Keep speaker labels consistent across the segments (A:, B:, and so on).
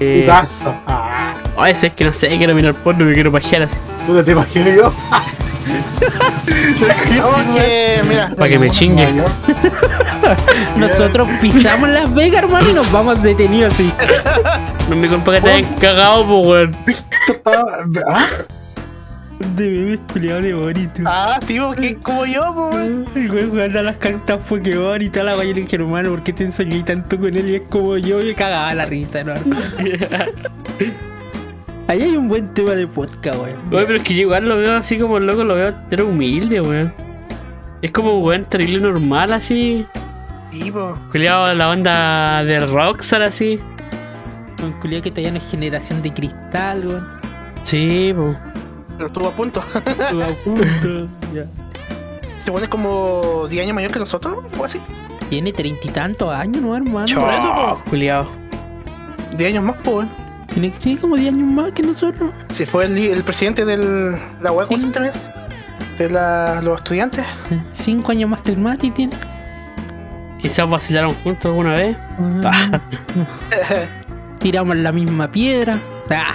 A: Eh.
B: Putazo. Ah,
C: Eh, A veces que no sé, quiero mirar porno, me quiero pajear así.
B: puta, te imagino yo.
A: No,
B: eh.
A: que, mira,
C: Para que me chingue.
D: Nosotros pisamos Las Vegas, hermano, y nos vamos detenidos así.
C: No me compa que te hayan cagado, po, weón.
B: ¿Ah?
D: De bebés culiados de bonito.
A: Ah, sí, porque como yo, pues.
D: El güey jugando a las cartas Pokémon y toda la vaina. Le dije, hermano, ¿por qué te enseñé tanto con él? Y es como yo, y cagaba la risa, ¿no? Ahí hay un buen tema de podcast,
C: Oye,
D: güey.
C: pero es que yo igual lo veo así como loco, lo veo entero humilde, weón. Es como un weón terrible normal así.
A: Sí, pues.
C: Culeado a la onda de Rockstar así.
D: Con culiao que todavía no es generación de cristal, güey.
C: Sí, po.
A: Pero estuvo a punto.
D: Todo a punto, ya.
A: Se pone como 10 años mayor que nosotros, o así.
D: Tiene treinta y tantos años, ¿no, hermano?
A: Por eso, po.
C: Culeado.
A: 10 años más, pues.
D: Tiene que ser como 10 años más que nosotros.
A: Se fue el, li- el presidente del. La web, ¿cómo se
D: Sí.
A: llama? De la, los estudiantes.
D: 5 años más que el Mati tiene.
C: Quizás vacilaron juntos alguna vez. Ah.
D: Tiramos la misma piedra. Ah,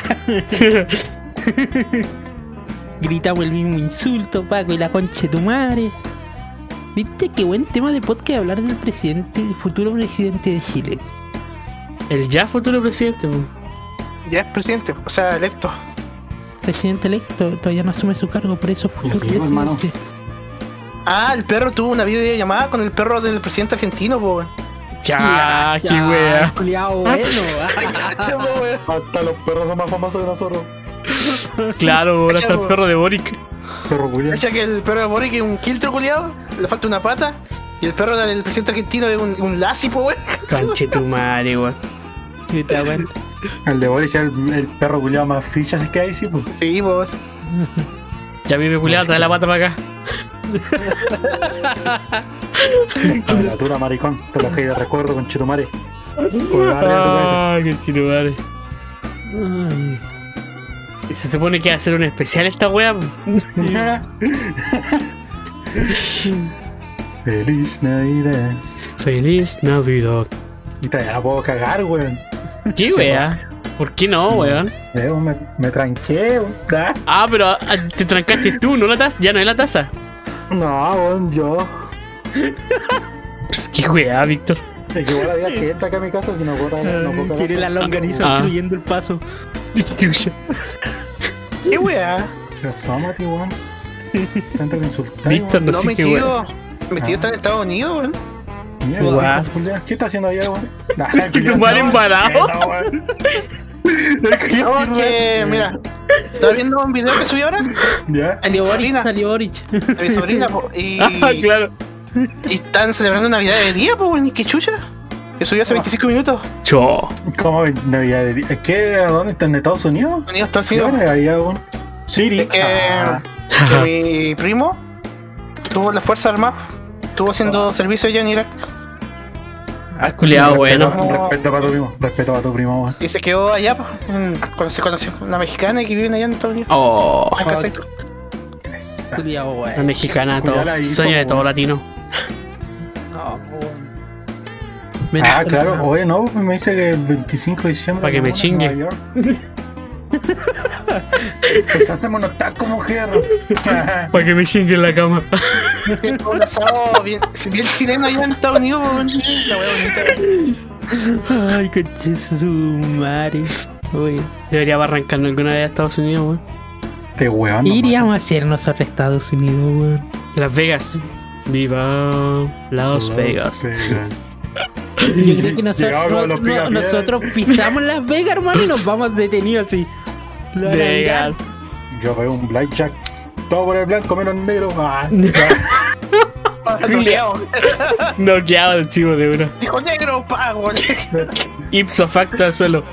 D: Gritamos el mismo insulto, Paco, y la concha de tu madre. ¿Viste qué buen tema de podcast hablar del presidente, el futuro presidente de Chile?
C: El ya futuro presidente, po.
A: ya es presidente, o sea, electo.
D: Presidente electo todavía no asume su cargo, por eso es futuro
B: sí,
D: presidente.
B: hermano.
A: Ah, el perro tuvo una videollamada con el perro del presidente argentino, pues.
C: Ya, qué
D: Ya,
C: wea.
D: culiao bueno. ah.
B: Hasta los perros son más famosos que nosotros.
C: Claro, ahora está el
A: Ya,
C: perro de Boric.
B: Perro culiao.
A: Cacha que el perro de Boric es un quiltro culiado, le falta una pata, y el perro del presidente argentino es un, un lazi, po, weón.
C: Conche tu madre, weón.
D: Sí, te acuerdas.
B: El de Boris es el, el perro culiao más ficha, así que ahí sí, pues.
A: Sí, po.
C: Ya vive culeado, trae la pata para acá.
B: Caricatura, maricón. Te lo dejé de recuerdo con Chetumare.
C: Ah, conche tu madre.
D: Ay.
C: Y se supone que va a ser un especial esta wea. po.
B: Feliz Navidad.
C: Feliz Navidad.
B: Y te la puedo cagar, weón.
C: ¿Qué wea? ¿Por qué no, weón?
B: Eh, me, me tranqué. weón. Ah,
C: Ah, pero ah, te trancaste tú, no la taza. Ya no es la taza.
B: No, weón, yo.
C: ¿Qué wea, Víctor?
B: Es que igual había gente acá en mi casa, si no puedo cagar, no puedo
D: Tiene
B: cagar.
D: la longaniza
C: Ah.
D: obstruyendo el paso.
A: Qué weá.
B: Asómate, weón. Tanto que insultar.
C: Víctor, no,
A: No,
C: sé qué Ah. wea.
A: metido. Metido está en Estados Unidos, weón.
B: Mira,
C: Guau.
B: weón, Julián, ¿Qué está haciendo allá, weón? Nah,
C: tu madre embarado.
A: No, porque, mira, estaba viendo un video que subí ahora
B: ¿Ya?
A: a mi
D: Salió Boric,
A: sobrina,
D: salió Boric.
A: a mi sobrina, po, y,
C: Ah, claro.
A: y están celebrando Navidad de día, po, weón, y qué chucha. Que subió hace 25 minutos.
C: Cho.
B: ¿Cómo Navidad de día? ¿Es que a dónde está en Estados Unidos?
A: Unidos Estados
B: Sí,
A: Unidos.
B: bueno, allá, weón. Eh, Siri.
A: Es que- que
C: Ah,
A: mi primo estuvo en las Fuerzas Armadas, estuvo haciendo servicio allá en Irak
C: Ah, culeado,
B: Respeto-
C: bueno.
B: Respeto para tu primo, respeto para tu primo, weón.
A: y se quedó allá po, en- cuando se conoció una mexicana que vive allá en Estados Unidos.
C: Oh,
A: Ah, casaito.
B: Esa.
D: Culiao, güey.
C: la mexicana, todo.
B: Culiao la hizo,
C: Sueño de todo
B: weón.
C: latino.
D: No, weón.
B: Ah,
D: Mira,
B: claro, oye, no, me dice que el 25 de diciembre.
C: Pa' que me
B: vamos a
C: chingue.
B: Nueva York. pues hacemos unos tacos, mujer.
C: Para que me chingue en la cama.
A: Tuvo un asado bien, bien chileno allá en Estados Unidos. po, weón. La wea bonita.
D: Ay, coche su madre. Oye,
C: Debería arrancarnos alguna vez a Estados Unidos, weón.
B: Te weón. no
D: iríamos a hacer nosotros a Estados Unidos, weón.
C: Las Vegas. Viva Las,
B: mames.
C: Vegas.
B: Vegas.
D: Yo creo que
B: Llegaba
D: nosotros,
B: como los
D: no-
B: picapieles.
D: nosotros pisamos Las Vegas, hermano, y nos vamos detenidos así. Lo van a
C: Vegas.
D: mirar.
B: Yo veo un blackjack. Todo por el blanco menos negro. Ah,
A: Atoleado.
C: Noqueado el chivo de uno.
A: Dijo negro, pago.
C: Ipso facto al suelo.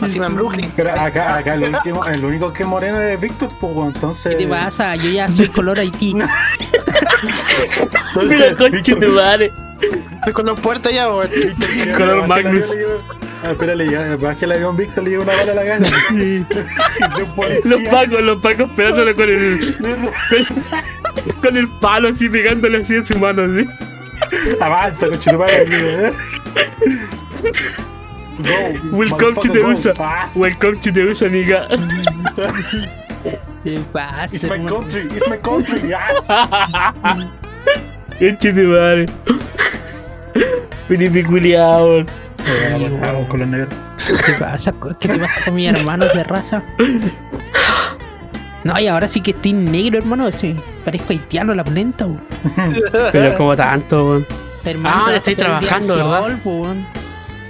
A: Así en Brooklyn.
B: pero acá, acá el último, el único que es moreno es Víctor, pues weón, entonces.
D: ¿Qué te pasa? Yo ya soy color Haití.
B: entonces,
C: Mira, conche
B: Víctor-
C: tu madre.
A: Estoy con los puertas ya, weón.
B: Víctor le llega-
C: Color
B: le baja el
C: Magnus.
B: avión, le llega- Ah, espérale, ya, baja el avión Víctor, le llega una bala a la gana. De un policía.
C: Los pacos, los pacos esperándolo con el. con- Con el palo así pegándole así en su mano, así.
B: Avanza, conchetumare. ¿eh? Go,
C: Welcome to the
B: motherfucker, go.
C: USA.
B: Ah,
C: Welcome to the USA, amiga.
D: ¿Qué pasa?
B: It's my
D: hermano?
B: country, it's my country. Ah,
C: Este de madre. Felipe culiao.
D: Ay,
B: Vamos con los negros.
D: ¿Qué pasa? co- ¿Qué te pasa con mis hermanos de raza? No, y ahora sí que estoy negro, hermano. Sí, parezco haitiano la planta, weón.
C: Pero como tanto, weón.
D: Hermano,
C: Ah,
D: te
C: estoy
D: vas a prender
C: trabajando,
D: al
C: ¿verdad?
D: sol, po, weón.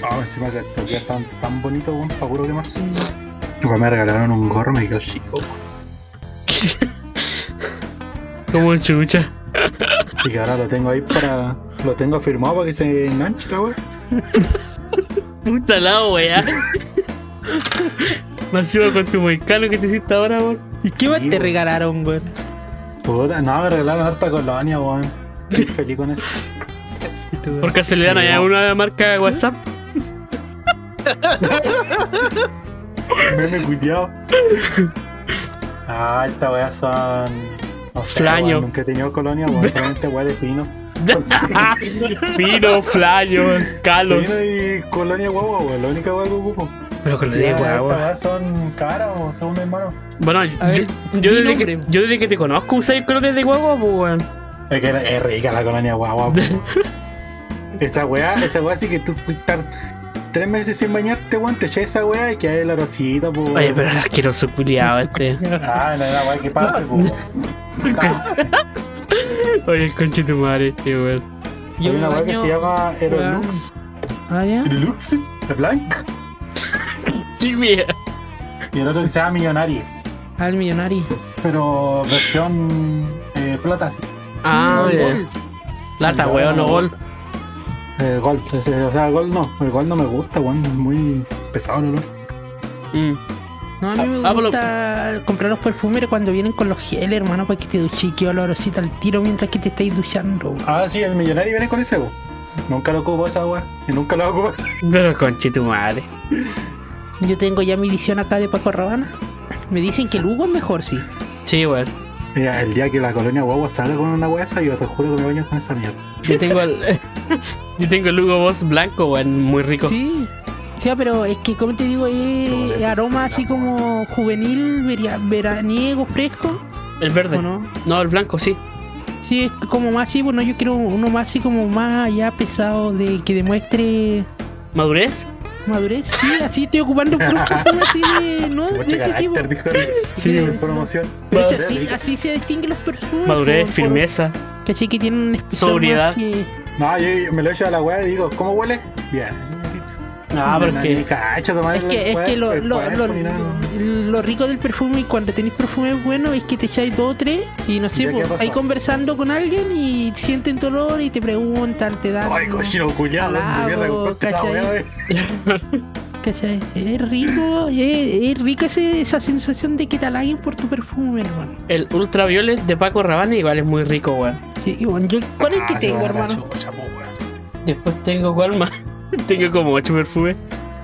B: Ah, encima que estos días están tan bonitos, weón, para puro quemarse. Pues me regalaron un gorro, me quedó chico.
C: Como chucha.
B: Así que ahora lo tengo ahí para. Lo tengo firmado para que se enganche, la weón.
C: Puta la weá. Masiva con tu moicano que te hiciste ahora, weón.
D: ¿Y qué más te
B: weón.
D: regalaron, weón?
B: Puta, no, me regalaron harta colonia, weón. Estoy feliz con eso.
D: Y tú,
C: Por casualidad, ¿no hay
B: No.
C: alguna marca de WhatsApp?
B: Meme cuidado. Ah, esta weá son. No sé,
C: Flaño.
B: weón, Nunca he tenido colonia, weón. Solamente weá de pino.
C: Pino, flyos, calos.
B: Pino y colonia guagua, weón. La única weá que ocupo.
C: Pero con la
B: Ya,
C: idea,
B: Esta
C: weón.
B: weá son caras, weón. Son un hermano.
C: Bueno, yo,
D: A ver,
C: yo- yo
D: di
C: desde que,
D: nombre.
C: yo desde que te conozco usáis colores de guagua, pues, weón.
B: Es que es rica la colonia guagua. po. esa weá, esa weá sí que tú puedes estar tres meses sin bañarte, weón, te eché esa weá y queda el arrocito, po.
C: Oye, pero el asqueroso culiado este.
B: Ah, no es la weá que pase, po.
C: Oye, el conche tu madre este, weón.
B: Hay
D: Yo me
B: una weá que
D: baño,
B: se llama
D: weón.
B: Aerolux.
D: Ah, ya.
B: Lux Blanc.
C: Qué wea.
B: Y el otro que se llama Millonari.
D: Al millonario.
B: Pero versión eh, plata, sí.
C: Ah,
D: Al
C: ya.
D: gol.
C: Lata,
B: No,
C: weón, no
B: no,
C: gol.
B: Eh, gol. Ese- O sea, gol no. El gol no me gusta, weón. es Muy pesado el olor.
C: Mm.
D: No, a mí me
C: Ah, pero-
D: gusta comprar los perfumes cuando vienen con los gel, hermano, para que te duches y quede olorosita al tiro mientras que te estáis duchando. weón.
B: Ah, sí, el Millonari viene con ese, po. Nunca lo ocupo esa weá. Y nunca lo ocupo.
C: Pero conche tu madre.
D: Yo tengo ya mi visión acá de Paco Rabana. Me dicen que el Hugo es mejor, sí.
C: Sí, weón.
B: Mira, el día que la colonia guagua salga con una huesa, yo te juro que me baño con esa mierda.
C: Yo tengo el. Yo tengo el Hugo Boss blanco, weón, muy rico.
D: Sí. Sí, ah, pero es que, como te digo, es
B: Pero le-
D: aroma así como juvenil, veria- veraniego, fresco,
C: El verde.
D: ¿o
C: No?
D: no?
C: el blanco, sí.
D: Sí, es como más así, bueno, yo quiero uno más así como más ya pesado, de que demuestre
C: ¿Madurez?
D: madurez. Sí, así estoy ocupando puros perfumes así de, ¿no? de Ah, ese tipo.
B: dijo
D: Sí,
B: en promoción.
D: Pero si
B: Madurez,
D: así,
B: rico.
D: así se distinguen los perfumes.
C: Madurez,
D: por- por-
C: firmeza.
D: Caché que tienen un espesor
C: Sobriedad.
D: más que-
B: No, yo, yo me lo echo a la hueá y digo, ¿cómo huele? Bien.
C: No, pero es
B: Nadie
C: que.
B: cacha tomar
D: Ah, Es que,
B: el
D: es que lo,
B: el
D: lo,
B: cuerpo
D: lo-
B: ni nada.
D: lo rico del perfume y cuando tenéis perfume bueno es que te echáis dos o tres y no sé,
B: Ya, ¿qué
D: pues,
B: pasa?
D: ahí conversando con alguien y sienten tu olor y te preguntan, te dan.
B: Ay, cochino culiado, ¿dónde mierda
D: Alabo,
B: compraste esta
D: cacha
B: hueá,
D: ahí.
B: eh?
D: ¿Cachai? Es rico, es, es rico ese- esa sensación de que te halaguen por tu perfume, hermano.
C: El Ultraviolet de Paco Rabanne igual es muy rico, weón.
D: Sí, y bueno, yo, ¿Cuál es el que
B: Ah, se
D: tengo,
B: van a la
D: hermano?
B: chucha, po, hueá.
C: Después tengo cuál más. tengo como ocho perfumes.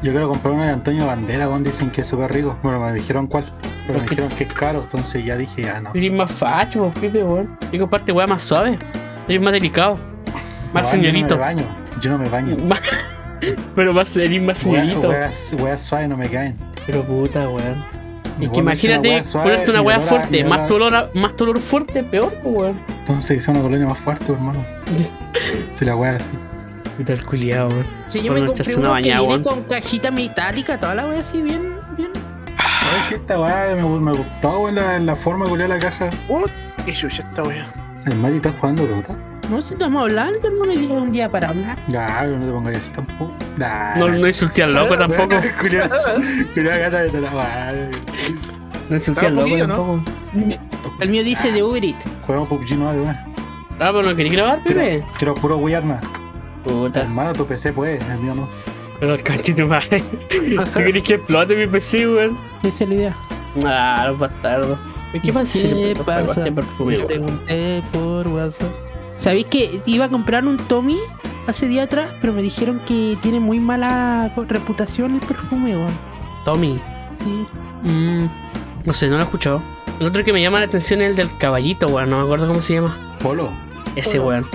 B: Yo quiero comprar uno de Antonio Bandera, donde dicen que es súper rico. Bueno, me dijeron cuál, pero me
C: Ok.
B: dijeron que es caro, entonces ya dije, ya no.
C: Eres más facho, vos, Pipe, weón. Tengo parte weón más suave. Eres más delicado. Más
B: No,
C: señorito.
B: Yo no me baño. Yo no me baño.
C: Más- Pero más, eres más
B: Hueá-
C: señorito.
B: Hueas hueas suaves no me caen.
C: Pero puta, weón. Es
B: Igual
C: que
B: una
C: imagínate
B: hueá suave,
C: ponerte una
B: mi
C: weá
B: olor a-
C: fuerte,
B: mi
C: más tu
B: olor
C: olor, a- más tu olor fuerte, peor, pues, weón.
B: a- Entonces que sea una colonia más fuerte, hermano. Si la wea así.
C: Puta el culiado, weón.
D: Si yo
C: Bueno,
D: me
C: echarse una
D: compré uno que
C: bañada,
D: viene
C: weón.
D: con cajita metálica, toda la wea así, bien, bien.
B: Oye, si esta wea me, me gustó weón, la, la forma de la caja.
A: What? Qué chucha esta wea.
B: El Mati está jugando, ¿verdad?
D: No sé, estamos hablando, hermano, y un día para hablar.
B: Ya, pero no te pongas así tampoco. Nah.
C: No, no insulté al loco tampoco.
B: Cuidado, gata de trabajar.
C: No insulté al loco
A: Estaba poquillo, ¿no?
C: tampoco.
D: El mío dice de Uber Eats.
B: Juego PUBG no de una.
C: Ah, pero no querés grabar, Pipe.
B: Quiero, quiero puro guiarna.
C: Puta.
B: Hermano, tu PC pues, el mío no.
C: Pero el canche tu madre. ¿Tú querés que explote mi PC, weón?
D: Esa es la idea.
C: Ah, los bastardos. ¿Qué pasa si le
D: ¿Qué
C: pregunto a
D: pasa?
C: este perfume,
D: Le
C: weón?
D: pregunté por WhatsApp. ¿Sabéis que iba a comprar un Tommy hace día atrás, pero me dijeron que tiene muy mala reputación el perfume, weón?
C: Tommy.
D: Sí.
C: Mm, no sé, no lo he escuchado. El otro que me llama la atención es el del caballito, weón. No me acuerdo cómo se llama.
B: Polo.
C: Ese
D: Polo.
C: weón.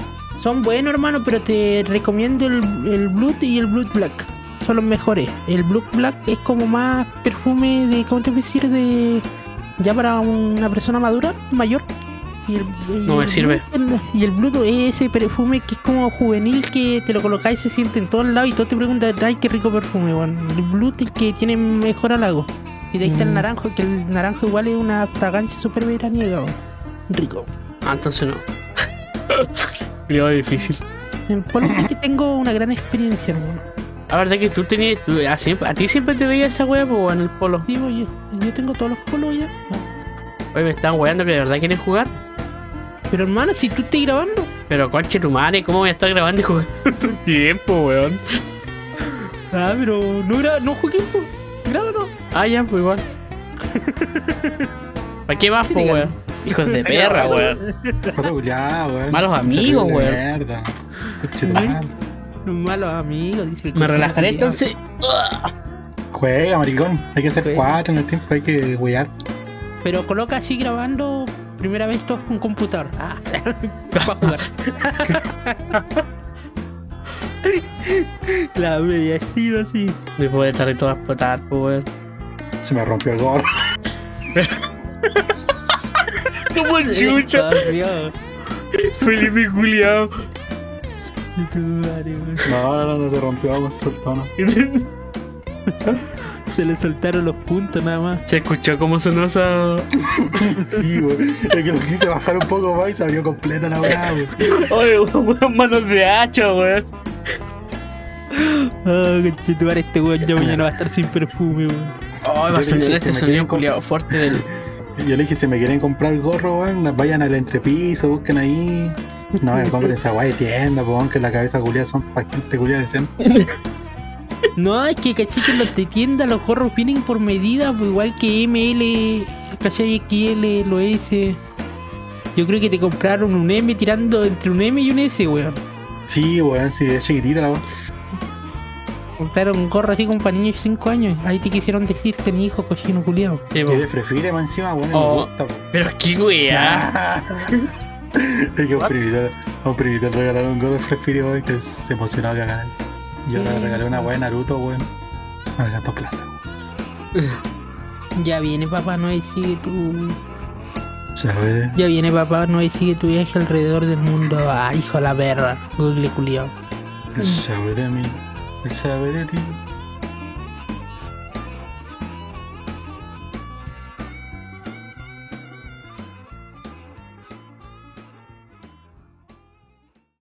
D: Son buenos, hermano, pero te recomiendo el, el Blood y el Blood Black. son los mejores. El Blue Black es como más perfume de, ¿cómo te puedo decir? De, ya para una persona madura, mayor. Y el, y
C: No me
D: el
C: sirve.
D: Blue- y el Blue es ese perfume que es como juvenil, que te lo colocáis y se siente en todos lados y todos te preguntan, ay, qué rico perfume, weón. El Blue es el que tiene mejor halago. Y de ahí está el
C: Mm.
D: naranjo, que el naranjo igual es una fragancia súper veraniega, weón. Rico.
C: Ah, entonces no. Creo difícil.
D: En polvo sí que tengo una gran experiencia, hermano.
C: La verdad que tú tenías. tú- ah, siempre- a ti siempre te veía esa wea, pues, weón, el polo.
D: Digo, yo, yo tengo todos los polos ya.
C: Oye, me están weando que de verdad quieres jugar.
D: Pero hermano, si tú estás grabando,
C: Pero conche tu madre, ¿cómo voy a estar grabando y jugando un tiempo, weón?
D: Ah, pero no, gra- no jugué, po. Grábalo.
C: Ah, ya, pues igual. ¿Para qué vas, pues, weón? Hijos de perra, weón.
B: Otro pues, ya, weón.
C: Malos amigos,
B: Terrible
C: weón.
B: Mierda. Conche tu madre.
D: Los malos amigos, dice el
C: Me relajaré
D: culiao.
C: entonces.
B: Juega, maricón. Hay que hacer
D: Juega.
B: cuatro en el tiempo, hay que wear.
D: Pero coloca así grabando primera vez todo con computador. Ah, para jugar. La media ha sido así.
C: Me puede estar de todas explotar, pues, weón.
B: Se me rompió el gorro.
C: Como el chucho,
D: Ah, Espacio.
C: Felipe culiao.
D: Sí, tu madre, weón.
B: No, no, no, no se rompió, se soltó, no.
D: Se le soltaron los puntos nada más.
C: Se escuchó como sonó esa.
B: Sí, weón. Es que lo quise bajar un poco más y se abrió completa la weá, weón.
C: Oye, weón, manos de hacha, weón.
D: Oh, conchetumare, este weón ya mañana va a estar sin perfume, weón.
C: Ay, va a sonar este sonido culiao fuerte del.
B: Yo le dije, si me quieren comprar el gorro, weón, vayan al entrepiso, busquen ahí. No, me compren esa guay de tienda, po, weón, que la cabeza culiada son pa' gente culiada decente.
D: No, es que caché que los de tienda, los gorros vienen por medida, pues, igual que ML, caché XL, lo S. Yo creo que te compraron un M tirando entre un M y un S, weón.
B: Sí, weón, sí, es chiquitita la weón.
D: Compraron un gorro así como para niños de 5 años. Ahí te quisieron decir, ten hijo, cochino culiao.
C: Sí,
B: Y de
C: po.
B: frefile más encima, weón,
C: Oh.
B: me gusta, po.
C: Pero qué weá.
B: Es que un primito, un primito le regalaron un gorro de frefile, weón, que se emocionó a cagar. Yo le
D: Sí.
B: regalé una weá de Naruto, weón. Me gastó plata.
D: Ya viene papá Noel, sigue tu...
B: ¿Sabes?
D: Ya viene papá Noel, sigue tu viaje alrededor del mundo. Ah, hijo de la perra, google culiao.
B: Él sabe de mí, él sabe de ti,